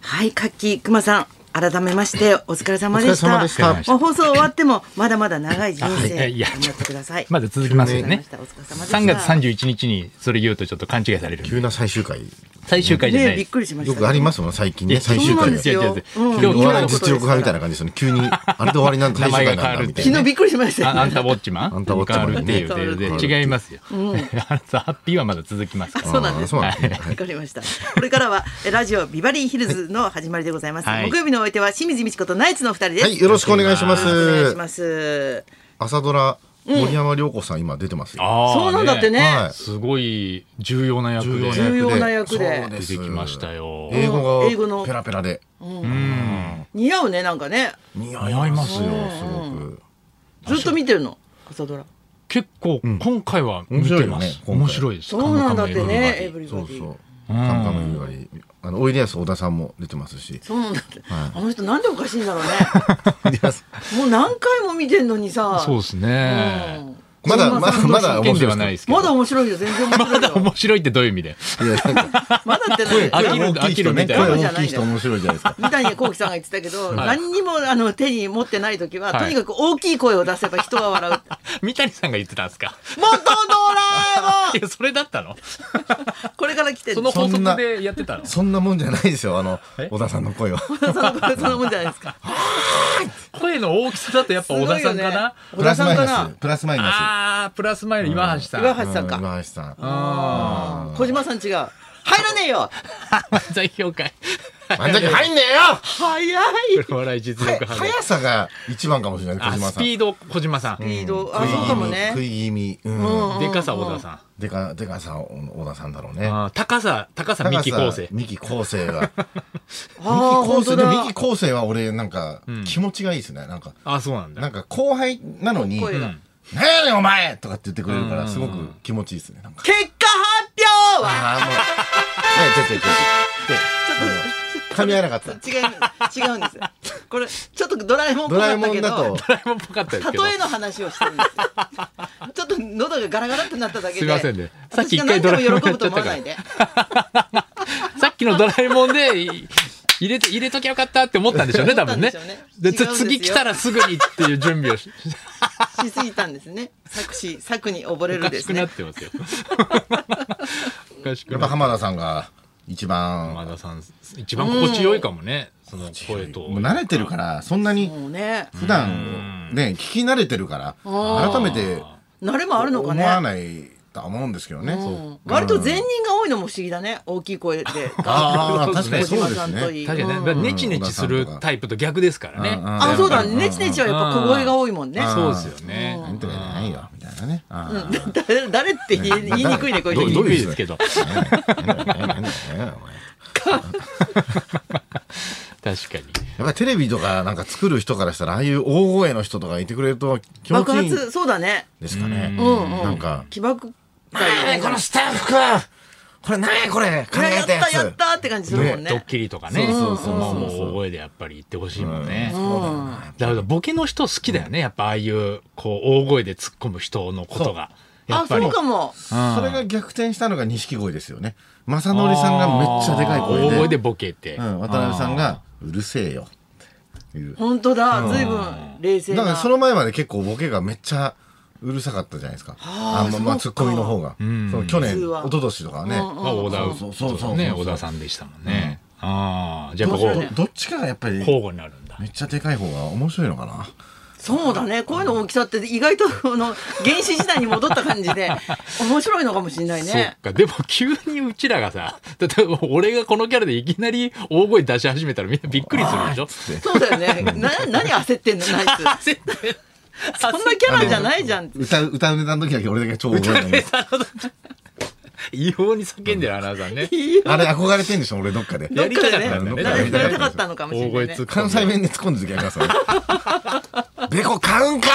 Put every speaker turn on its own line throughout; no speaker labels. はい、柿熊さん。改めましてお疲れ様でし
お疲
た。
れ様でした
まあ放送終わってもまだまだ長い人生
はいいや
頑張ってください。
まだ続きますよね
お疲れ様でした
3月31日にそれ言うとちょっと勘違いされる
急な最終回
最終回じゃな
ね
い
びっくりしました。
よくありますもん最近ね最終
そうなん
回
で
が
すよ。
違う違う
う
違う
ん
今日
お笑い
今日のこと
実力派みたいな
で
感じですよね急にあれで終わりなんだ最
名前
終
が
回
変わ
なん
る
だみた
す
い
昨
な
日びっくりしました
あ
よ。
あんたウォッチマン
あんたウォッチマン
変わるっていう
変わ
で
る
で違いますよ、あなたハッピーはまだ続きますか ら
そうなんです。
そう
わ
なんですねはい
かりました。これからはえラジオビバリーヒルズの始まりでございます。
はい
木曜日のお相手は清水美智子とナイツのお二人です。
はいよろしくお願いしま
お願いし
す
ます。
朝ドラ森山良子さん今出てますよ
あー
そうなんだってね。
はい
すごい重要な役
重
で
要な役
重要
で
な役で
そうす
出てきましたよ
英
英語
語
の
がペラペラで
似合うねなんかね。
似
似合います
す
よ
よすごく
ずっと見てるの朝ドラ。
結構今回は見てます、面
面
白
白
いです
そうなんだっ
カ
て
ムカムエ
ね
ヴリバディ
エブリバ
そ
デ
う
ィ
そ。うカンカム言うよりあのおいでやす小田さんも出てます し
そうなんだって。
はい
あの人なんでおかしいんだろうね。
ま
もう何回も見てんのにさ。
そうですね、
うん
だ
小
ま
島さ
だ
ん
まだ
真
面
剣で
白
はいない
で
ですすけ
まだ
ど
面白いよ全然面白いよ。
面白いってどういう意味で
けどいやなんか
まだってない。
あ
声大きい人ね
飽きるみたい
声
な
大きい人面白いじゃないですか
三谷幸喜さんが言ってたけど、何にもあの手に持ってない時は、
はい
とにかく大きい声を出せば人は笑うって。
三谷さんが言ってたんですか
元ドラえ
いやそれだったの
もん。これから来てる。
その
そ
法
そん
則
な
でやってたの
そんなもんじゃないですよあの
え
小田さんの声は
のそのもんじゃないですか。
声の大きさだとやっぱ小田さんかな、
すご
プ
いよね小田
ラス
さ
マ
ん
イ
か
ナ
な
ス。プラスマイナス
ああプラスマイナス岩橋さん
岩橋さん
う
か。
今橋さん
あ
小島さん違う。入らねえよ。
あ漫才協会
あんだけ入んね
早い。
お笑い実
えよ
力派で
速さが一番かもしれない
あ
小島
ス
さん
ピード小島さん、
リード、あ、
食い
そうかも
気味
ね
食。い気味う
うんん
でかさ小田さん、
でかでかさ小田さんだろうね
あー高さ高さ三木
高
昴
さ
生
三木昴生が 三
あ
木
ー
昴
本
生
当
で
だ。
三木昴生は俺なんか気持ちがいいですねなんか
あそうなんだ
なんか後輩なのに
声が
「何やねんお前!」とかって言ってくれるからすごく気持ちいいですねなんか
結果発表は。
ああもうねちょちょちょちょちょ噛み合わなかった
違う、違うんですよ。これ、ちょっとドラえもんっぽ
ドラ
か
え
っ
も
た
ん
け
だと
ど。
ドラえもんっぽかったですけど
例えの話をしてるんですよちょっと喉がガラガラってなっただけです
いませんねさっき
私
一
が
回
何
ド
でも
ラえもん
喜
やっ
ぶ
ち
と思わ
ゃったか
な
ら
いで
さっきのドラえもんでい入れて入れときゃよかったって思ったんでしょうね多分ね
思ったんでしょうね
で
違うんですよ
次来たらすぐにっていう準備をし
しすぎたんですね作詞作に溺れ
お
る
か
で
し
す
くな
ね
ってますよ。おかし く
やっぱ
なって。
浜田さんが一番
浜田さん、一番心地よいかもね。その声と。
もう慣れてるからそんなに
もうね
普段ね聞き慣れてるから
あ
改めて
慣れもあるの
思
かね
わないとは思うんですけどね。
うん割と前人が多いのも不思議だね大きい声で
ああ確かに
小
そう
島
で
さ
す
んとい
ね。
い
確かにね、だからネチネチするタイプと逆ですからね
うんうん。
あそうだねねちねちはやっぱ小声が多いもんね
うん
そうですよね。
なんとかじゃないよみたいなね。あー
誰誰って言い言いにくいねこういう
言い
時
にくいですけど。
なんだよなんだよなんだよお前
確かに。
やっぱりテレビとかなんか作る人からしたらああいう大声の人とかいてくれると気持
爆
ちいいん
発そうだね
ですかね。
うんうん
なんか。
起爆
何このスタッフかこれ何これ考
いや
え
やった
や
た
つ
やったって感じするもん
ドッ
ね
キリとかね。
そうそうそうそう
まあもう大声でやっぱり言ってほしいもんね。
そうだよな
だからボケの人好きだよね。やっぱああいう、こう、大声で突っ込む人のことが。や
あ
っぱり
そう。かも
それが逆転したのが錦鯉ですよね。正則さんがめっちゃでかい声で。
大声でボケて。
うん、渡辺さんが「うるせえよ」っていう
本当だずいぶん冷静
だから
な
その前まで結構ボケがめっちゃうるさかったじゃないですか
あー
のまあ、ツ
そ
ッ
うか
コミの方が、その去年
普通は
一昨年とかはね、
うんうん
まあ、小田
そうそうそうそう
ね小田さんでしたもんね、ああじゃあやっぱこ
そうう
どどっちかがやっぱり
交互になるんだ
めっちゃでかい方が面白いのかな
そうだね声の大きさって意外とこの原始時代に戻った感じ で面白いのかもしれない
そ
ね
っかでも急にうちらがさ例えば俺がこのキャラでいきなり大声出し始めたらみんなびっくりするでしょ
つって
そうだよねな何焦ってんのナイス
焦って
そんなキャラじゃないじゃん
歌う歌うネタの時だけ俺だけ超大声なんで
異様に叫んでるアナウンサーね
あれ憧れてんでしょ俺どっかで
どっかで
やりたかったんだ
ね
ね
なやりたかったのかもしれ
大
ない
声
ね
突っ
関
込んで
西弁で突っ込んでる時あります よねベコ買うんか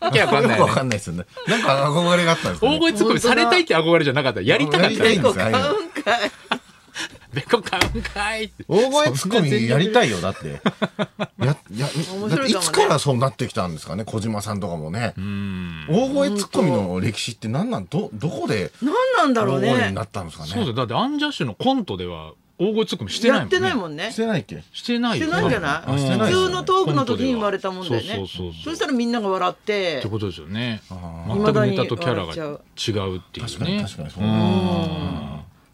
わけわかん
い
な い
よくわ
よね
かんないですよねなんか憧れがあったんですか、
大
ね、
声突っ込みされたいって憧れじゃなかったやりたかっ
やり
た
たいんですよああいうの
今回
べこかんかいって
大声ツッコミやりたいよだってや
面白い
や
かもね
だっていつからそうなってきたんですかね小島さんとかもね大声ツッコミの歴史って何なんどどこで
何なんだろ
大
う
声
ね
になったんですかね
そうだよだってアンジャッシュのコントでは大声ツッコミしてないも
や
ん
っ
ね
てないもんね
してないっけ
してない
し
よ
てないんじゃない、
あしてない
普
ですね
通のトークの時に生まれたもんだよね
そうそうそうそう
したらみんなが笑って
ってことですよね
あ
全くネタとキャラが違うってい
確
う
かに
ね
確かにそう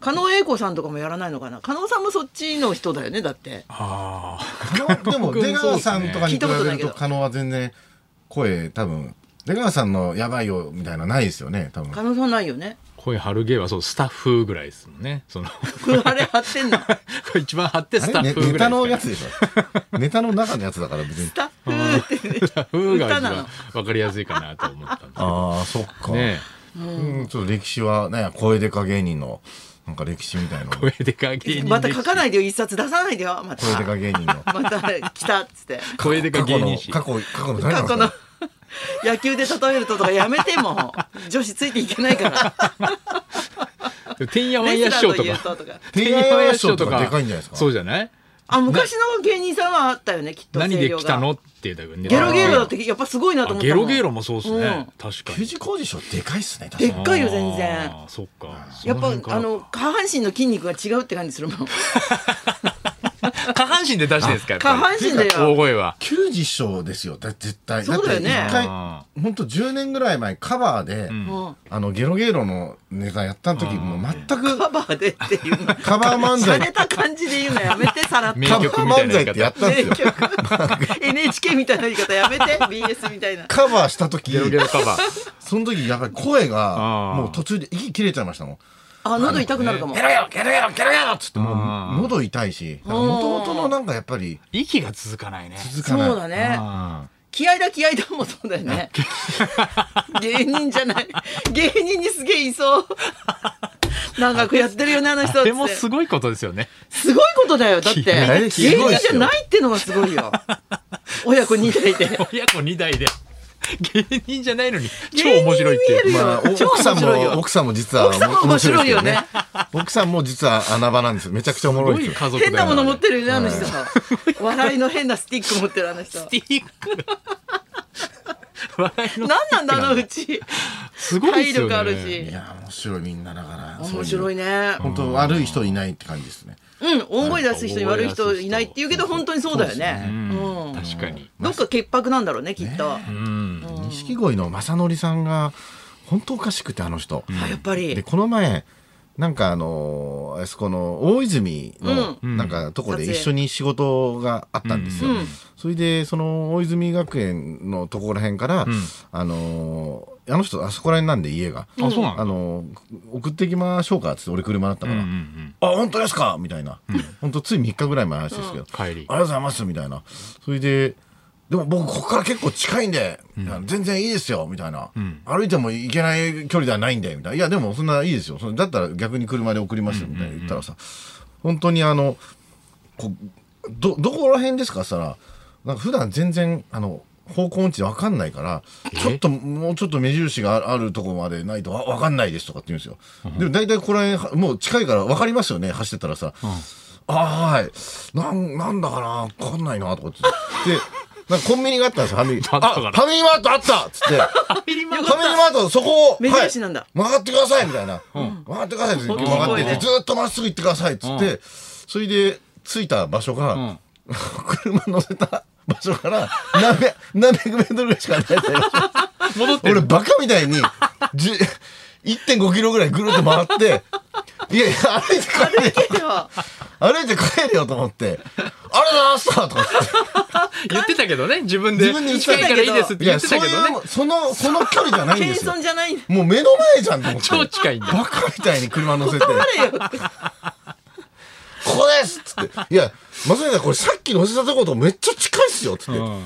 加納英子さんとかもやらないのかな加納さんもそっちの人だよねだって
ああ
でも
僕もそう
出川
ですね
さんとかに
聞
比べ
いたことない
る
けど
と可能は全然声多分出川さんのやばいよみたいなないですよね多分
加納さんないよね
声張る芸はそうスタッフぐらいですもんねその こ
あれ貼ってんの
れ一番張ってスタ
あれ
ッ
ね
フぐらい
ネタの
で
や
す
つでしょ ネタの中のやつだから別に
スタッフってね
からフーが
歌
一
なの
番わかりやすいかなと思ったんですけど
ああそっか
ね
うんちょっと歴史はね声でか芸人のなんか歴史みたいな声
声でか芸 人
また
で
書かないでよ一冊出さないでよまた
でか芸人 の
また来たっつって
声でか
過去
芸
の
人誌
過去過去の誰な
過
んで
去
すか
の野球で例えるととかやめても女子ついていけない から
てんやわん
レ
や
スラ
師
ー
匠
と
と
言う
か
ととか
てんやわんや師匠とかでかいんじゃないですか
そうじゃない
あ昔の芸人さんはあったよねきっと
何
声
で
量
来
が
たのっていうだけね
ゲロゲロだってやっぱすごいなと
あ
思っ
ゲ
たも
ロ
ん
ゲロもそうですね、確か
刑
に
事工事賞でかいっすね確か
で
に
っかいよ全然
あーそっか
やっ
その辺か
ぱ
ら
あの下半身の筋肉が違うって感じするもん
下半身で出してるんですかやっぱ
下
り
半身だ
大
よ
声は
90賞ですよだ絶対
そうだよね
って一回
あ
本当10年ぐらい前カバーで、
も
あのゲロゲロのネタやった時もう全
う
く
カバーでっていうの
カバー漫
洒
才
落た感じで言うのやめてさらっと
名
カバ
曲
ー
みたい
漫
なや
才っ
り方
てやったんですよ
名曲 NHK みたいな言い方やめて BS みたいな
カバーした時
ゲロゲロカバー
その時やっぱり声が
あー
もう途中で息切れちゃいましたもん
あ喉痛くなるかも
ゲロゲロゲロゲロゲロゲロっつってもう
あー
喉痛いしもともとのなんかやっぱり
息が続かないね
続
そ
か
う
ない
だね
あ
気合だ気合だもそうだよね芸人じゃない芸人にすげえいそう長くやってるよねあの人っ
ー
つ
で
っ
も
て
すごいことですよね
すごいことだよだって
気合
芸
だ気合
人じゃないってのがすごいよ親子2代で
親子2代で芸人じゃないのに超面白いって
芸人に見える
いう
よ
まあ、お
超面
奥さん
白いよ
も奥さんも実は
奥さんも面白いよね
面白ですけどね奥さんも実は穴場なんですよめちゃくちゃおも
す
ろ
ご
い
い
ですよ
家族だ
変
よ
なもの持ってる
る
よねあの人笑いの変なスティック持ってるあの人
笑いの
何なんだあのうち
すごい
体
ですよ
力
ね
ある
い
し
や面白いみんなだから
面白
い
いね
本当悪い人いないって感じですね
うん大声出す人に悪い人いないって言うけど本当にそうだよね
うん
うん
確かに
どっか潔白なんだろうねきっと
うん
錦鯉の正則さんが本当おかしくてあの人、
あやっぱり
でこの前なんかあのーあそこの大泉の
うん
なんかとこで
撮影
一緒に仕事があったんですよ、
うん
それでその大泉学園のところらへんから、
ん
あのーあの人あそこらへんなんで家が、
あそうな
あの
の
送ってきましょうかっつって俺車だったから「
うんうん
あ本当ですか?」みたいな、本当つい3日ぐらい前の話ですけど「あり
帰り
がとうございます」みたいなそれで「でも僕ここから結構近いんで、いや全然いいですよ」みたいな、歩いても行けない距離ではないんで」みたいな「いやでもそんないいですよそれだったら逆に車で送りますよ」みたいな言ったらさ、本当にあのこうどどこら辺ですかっつったらなんか普段全然あの方向音痴で分かんないから
え
ちょっともうちょっと目印があるあるとこまでないとわ分かんないですとかって言うんですよ、でも大体ここら辺はもう近いから分かりますよね走ってたらさ、あーはいなんなんだかな分かんないなとかってでなんかコンビニがあったんですよファミリー
あったから
あファミリーマートあったっつって
ファミリーマ
フ
ー
ァ
ト
ミリーマートそこを
目印なんだ
はい曲がってくださいみたいな、曲がってくださいって曲がって
大きい声
て
で
ずっとまっすぐ行ってくださいっつって、それで着いた場所が、
ん
車乗せた場所から何百何百メートルぐらいしかないんだよ
戻って
俺
る
バカみたいにじゅ1.5キロぐらいぐるっと回っていやいや歩いて帰れよ
では
歩いて帰れよと思って「ありがとうございました」とかって
言ってたけどね自分で
自分で言ってた
近いからいいですって
い
言っ
や
て
そ
た
う
けどね
いうそのその距離じゃないんです
謙
よ
遜じゃないんだ
もう目の前じゃんと思って
超近いんだ
バカみたいに車乗せて
誰よ
ここですっつって。いや、まさにこれさっき乗せたとことめっちゃ近いっすよっつって。
うん
え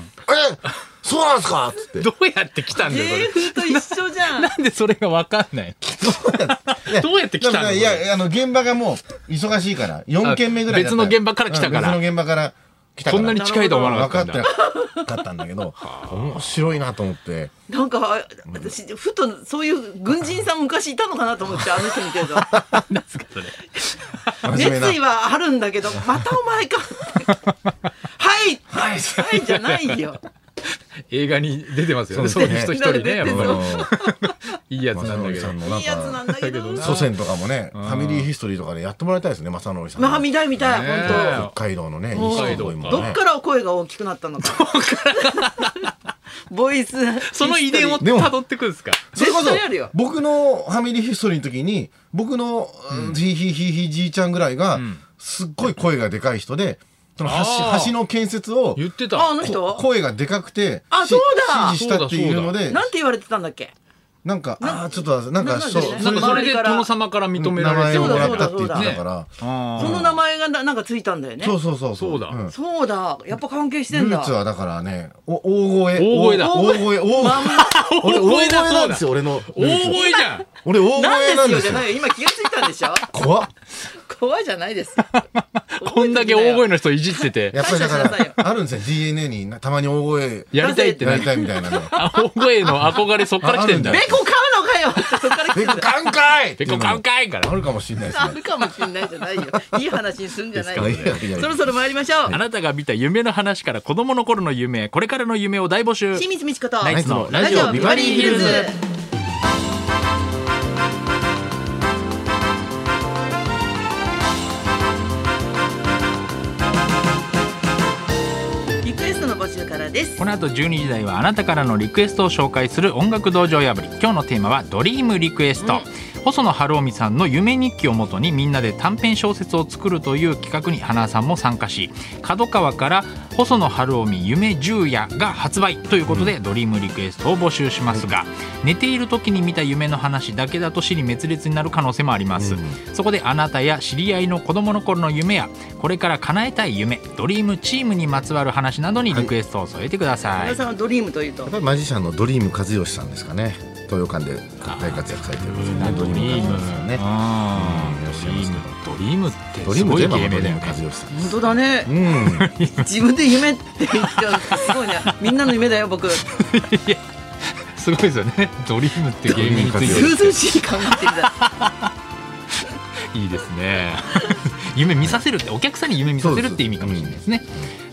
そうなんですかっつって。
どうやって来たんだよ
芸
それ
風と一緒じゃん
なんでそれが分かんない
いや
どうやって来たの
だからいや、あの、現場がもう忙しいから、4件目ぐらいだったよ
別の現場から来たから
うん別の現場から来たから。
こんなに近いと思わな
分か
かっ
ったて
んだ
なかったんだけど、面白いなと思って。
なんかあ私ふとそういう軍人さん昔いたのかなと思ってあの人見てると
真面目な
熱意はあるんだけどまたお前かはい
はい、
はいじゃないよ
映画に出てますよね
そ
そうう
ね
いう人一人ねやっ
出て
ぱ
る
り
あの
いいやつ
正
なんだ
則
けど
さんの
いいやつ
な
なんん
か
だけどな
祖先とかもねファミリーヒストリーとかでやってもらいたいですね正則さん
まあ
の
見たい見たい、
ねえ
本
北海道のね
ん
西の方にも
当。どっ
ね
ね
からお声が大きくなったのか。 ボイス。
その遺伝を
でも
辿ってくんですか
それこそ
絶対あるよ
僕のファミリーヒストリーの時に僕のうんひいひいひいひいじいちゃんぐらいが
ん
すっごい声がでかい人でその
あ
橋
ー
橋の建設を
言って
ああ
た
の人
声がでかくて
あ
し
そうだ
支持したっていうので
なんて言われてたんだっけ。
なんかあーちょっとなんか
な
そう
なんで
なんかそれ
周
で
りから
殿様から認
名
められ
前
て
を
そ
も
うだ
ら
そう
った
だ
って言ってたから
そ
あ
の名前がななんかついたんだよね。
そうそうそう
そうだ
ん
そうだ。やっぱ関係してん
ル
だ。
ーツはだからね、お大声。
大声だ
お大声、大声。俺、
大声
大声
だ
なんですよ、俺の。ル
大
ーツ
声じゃん
俺、
なん
大
で
声なん
す
で
よじゃ
すよ
な。いよ。今気がついたんでしょ。
怖っ。
怖いじゃないです。
こんだけ大声の人いじってて
やっぱりだか
感謝しなさいよ
ら、あるんですね、DNA になたまに大声
やりたいって
や
な
りたいみたいなの。
大声の憧れそっから来てんだ
ああ
ベ
る
よ
ん
コ買うのかよ。そっから来
ペ
た
コカンかい
ペコカン
い
カイから
あるかもしれないです
あ
ね。
るかもしれないじゃないよ。いい話にすんじゃない
ですかいやいやい
よ。
や
そろそろ参りましょう
あ。なたが見た夢の話から子供の頃の夢これからの夢を大募集
清水美智子と。
ナイツのラジオビバリーヒルズ
リクエストの募集からです
この後12時台はあなたからのリクエストを紹介する音楽道場破り今日のテーマはドリームリクエスト、細野晴臣さんの夢日記をもとにみんなで短編小説を作るという企画に花さんも参加し角川から細野晴臣夢十夜が発売ということで、ドリームリクエストを募集しますが、寝ている時に見た夢の話だけだと死に滅裂になる可能性もあります、そこであなたや知り合いの子供の頃の夢やこれから叶えたい夢ドリームチームにまつわる話などにリクエストを添えてください、
皆さんはドリームというと
やっぱりマジシャンのドリーム和義さんですかね。東洋館で大活躍されてることですね。ドリーム和義さんね。うんいらっしゃいますけ
ドリームって
ドリ
す
ーム
ご
といえ
い
ばま
芸
あド
名
リー
だ
ム
よ
和
ね
義さん。
本当だね
うん。
自分で夢って言っちゃうってすごいねみんなの夢だよ僕涼
すごいですよねドリームって芸名につ
ドリー
い
々しい考えてるだ
ていいですね 夢見させるってお客さんに夢見させるって意味かもしれないですね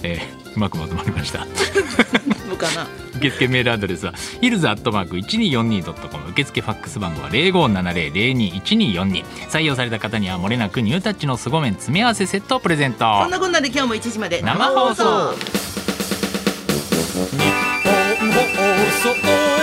えーうまくまとまりました
のかな
受付メールアドレスはヒルズアットマーク 1242.com 受付ファックス番号は0570021242採用された方にはもれなくニュータッチの凄麺詰め合わせセットをプレゼント
そんなこんなで今日も1時まで
生放送
生放送
放送